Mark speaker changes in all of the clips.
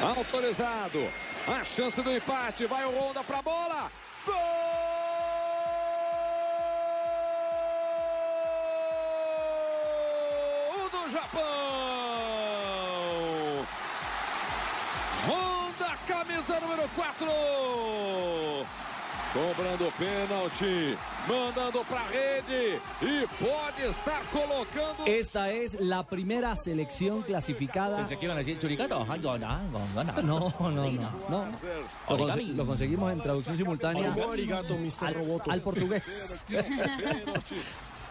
Speaker 1: Autorizado. A chance do empate. Vai o Honda pra bola. Gol do Japão. Honda, camisa número 4. Cobrando o pênalti, mandando pra rede e pode estar colocando.
Speaker 2: Esta es la primera selección clasificada.
Speaker 3: Pensé que iban a decir churicato, Ah, algo, nada, algo, nada.
Speaker 2: No, no, no. no. Lo, conse- lo conseguimos en traducción simultánea al, al portugués.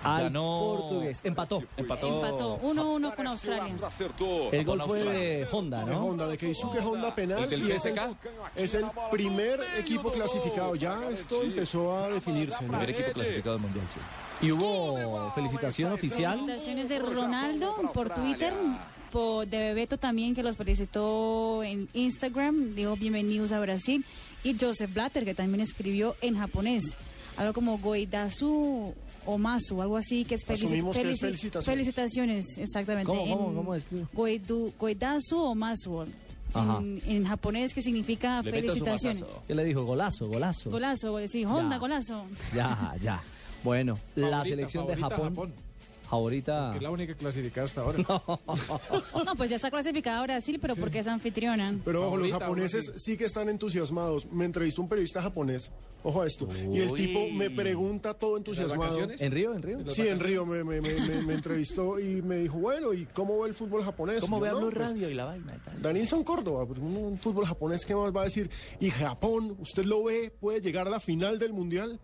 Speaker 2: Al
Speaker 3: Ganó.
Speaker 2: portugués. Empató.
Speaker 3: Empató.
Speaker 4: Empató 1-1 con Australia.
Speaker 1: Astro acertou.
Speaker 2: El gol
Speaker 3: Con
Speaker 2: fue de
Speaker 3: Australia.
Speaker 2: Honda,
Speaker 5: de
Speaker 2: ¿no?
Speaker 5: Honda, de Keisuke Honda penal.
Speaker 3: ¿El del
Speaker 5: y es el,
Speaker 3: CSKA?
Speaker 5: es el primer equipo clasificado. Ya esto empezó a definirse. ¿no?
Speaker 3: Primer equipo clasificado al mundial, sí.
Speaker 2: Y hubo felicitación oficial.
Speaker 4: Felicitaciones de Ronaldo por Twitter, por- de Bebeto también, que los felicitó en Instagram, dijo bienvenidos a Brasil, y Joseph Blatter, que también escribió en japonés, algo como Goidasu Omasu, algo así, que es, felici-
Speaker 5: Asumimos que es
Speaker 4: felici-
Speaker 5: felicitaciones.
Speaker 4: felicitaciones, exactamente.
Speaker 2: ¿Cómo, cómo,
Speaker 4: en
Speaker 2: cómo escribe?
Speaker 4: Goidu- Goidasu Omasu,
Speaker 2: Ajá.
Speaker 4: en, en japonés, que significa
Speaker 3: Le meto su
Speaker 4: felicitaciones.
Speaker 3: mazazo.
Speaker 2: ¿Qué le dijo? Golazo, golazo.
Speaker 4: Golazo, gol- sí, Honda,
Speaker 2: Ya.
Speaker 4: golazo.
Speaker 2: Ya, ya. Bueno, la selección de
Speaker 6: favorita
Speaker 2: Japón.
Speaker 6: Japón.
Speaker 2: Favorita.
Speaker 6: Que es la única clasificada hasta ahora.
Speaker 4: No, pues ya está clasificada Brasil, pero porque es anfitriona.
Speaker 5: Pero ojo, los
Speaker 6: Favorita,
Speaker 5: japoneses
Speaker 6: ahora
Speaker 5: sí que están entusiasmados. Me entrevistó un periodista japonés. Ojo a esto. Y el tipo me pregunta todo entusiasmado.
Speaker 6: vacaciones?
Speaker 2: ¿En Río? ¿En Río?
Speaker 5: Sí, en Río me, me- me- me- me entrevistó y me dijo, bueno, ¿y cómo ve el fútbol japonés?
Speaker 2: ¿Cómo
Speaker 5: Y yo,
Speaker 2: ve a
Speaker 5: "No,
Speaker 2: Blue
Speaker 5: pues,
Speaker 2: Radio y la vaina? y tal?
Speaker 5: Danilson Córdoba, pues, un, un fútbol japonés que más va a decir, y Japón, usted lo ve, puede llegar a la final del mundial.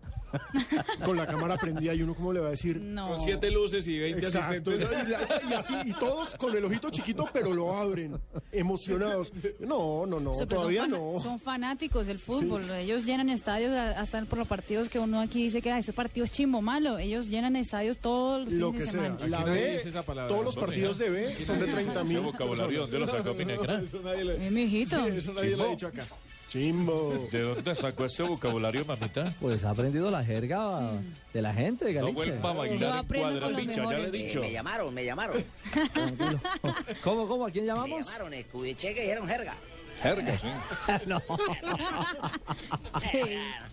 Speaker 5: Con la cámara prendida y uno cómo le va a decir.
Speaker 4: No.
Speaker 6: Con siete luces y 20
Speaker 5: Exacto,
Speaker 6: asistentes.
Speaker 5: y, la- y así, y todos con el ojito chiquito, pero lo abren, emocionados. No, no, no,
Speaker 4: O sea, pero
Speaker 5: todavía
Speaker 4: son, fan-
Speaker 5: no.
Speaker 4: son fanáticos del fútbol. Ellos llenan estadios a- hasta por los partidos que uno aquí dice que "Ah, ese partido es chimbo malo. Ellos llenan estadios todos los
Speaker 5: Lo que
Speaker 4: fines de
Speaker 5: sea.
Speaker 4: semana.
Speaker 5: La
Speaker 6: Aquí nadie
Speaker 5: B,
Speaker 6: dice esa palabra.
Speaker 5: todos los
Speaker 6: ¿Dónde,
Speaker 5: partidos de B son de 30 mil.
Speaker 3: ¿dónde lo sacó Pinacra?
Speaker 6: Eso nadie le-
Speaker 4: Eh, mijito.
Speaker 6: eso nadie le ha dicho acá.
Speaker 5: Chimbo.
Speaker 3: ¿De dónde sacó ese vocabulario, mamita?
Speaker 2: Pues ha aprendido la jerga de la gente de Galicia.
Speaker 4: Yo aprendo con los mejores.
Speaker 7: Me llamaron, me llamaron.
Speaker 2: ¿Cómo, cómo? ¿A quién
Speaker 7: Me
Speaker 2: llamamos?
Speaker 7: llamaron, escuché que dijeron jerga.
Speaker 3: Jerga, sí.
Speaker 2: no.
Speaker 7: Jerga.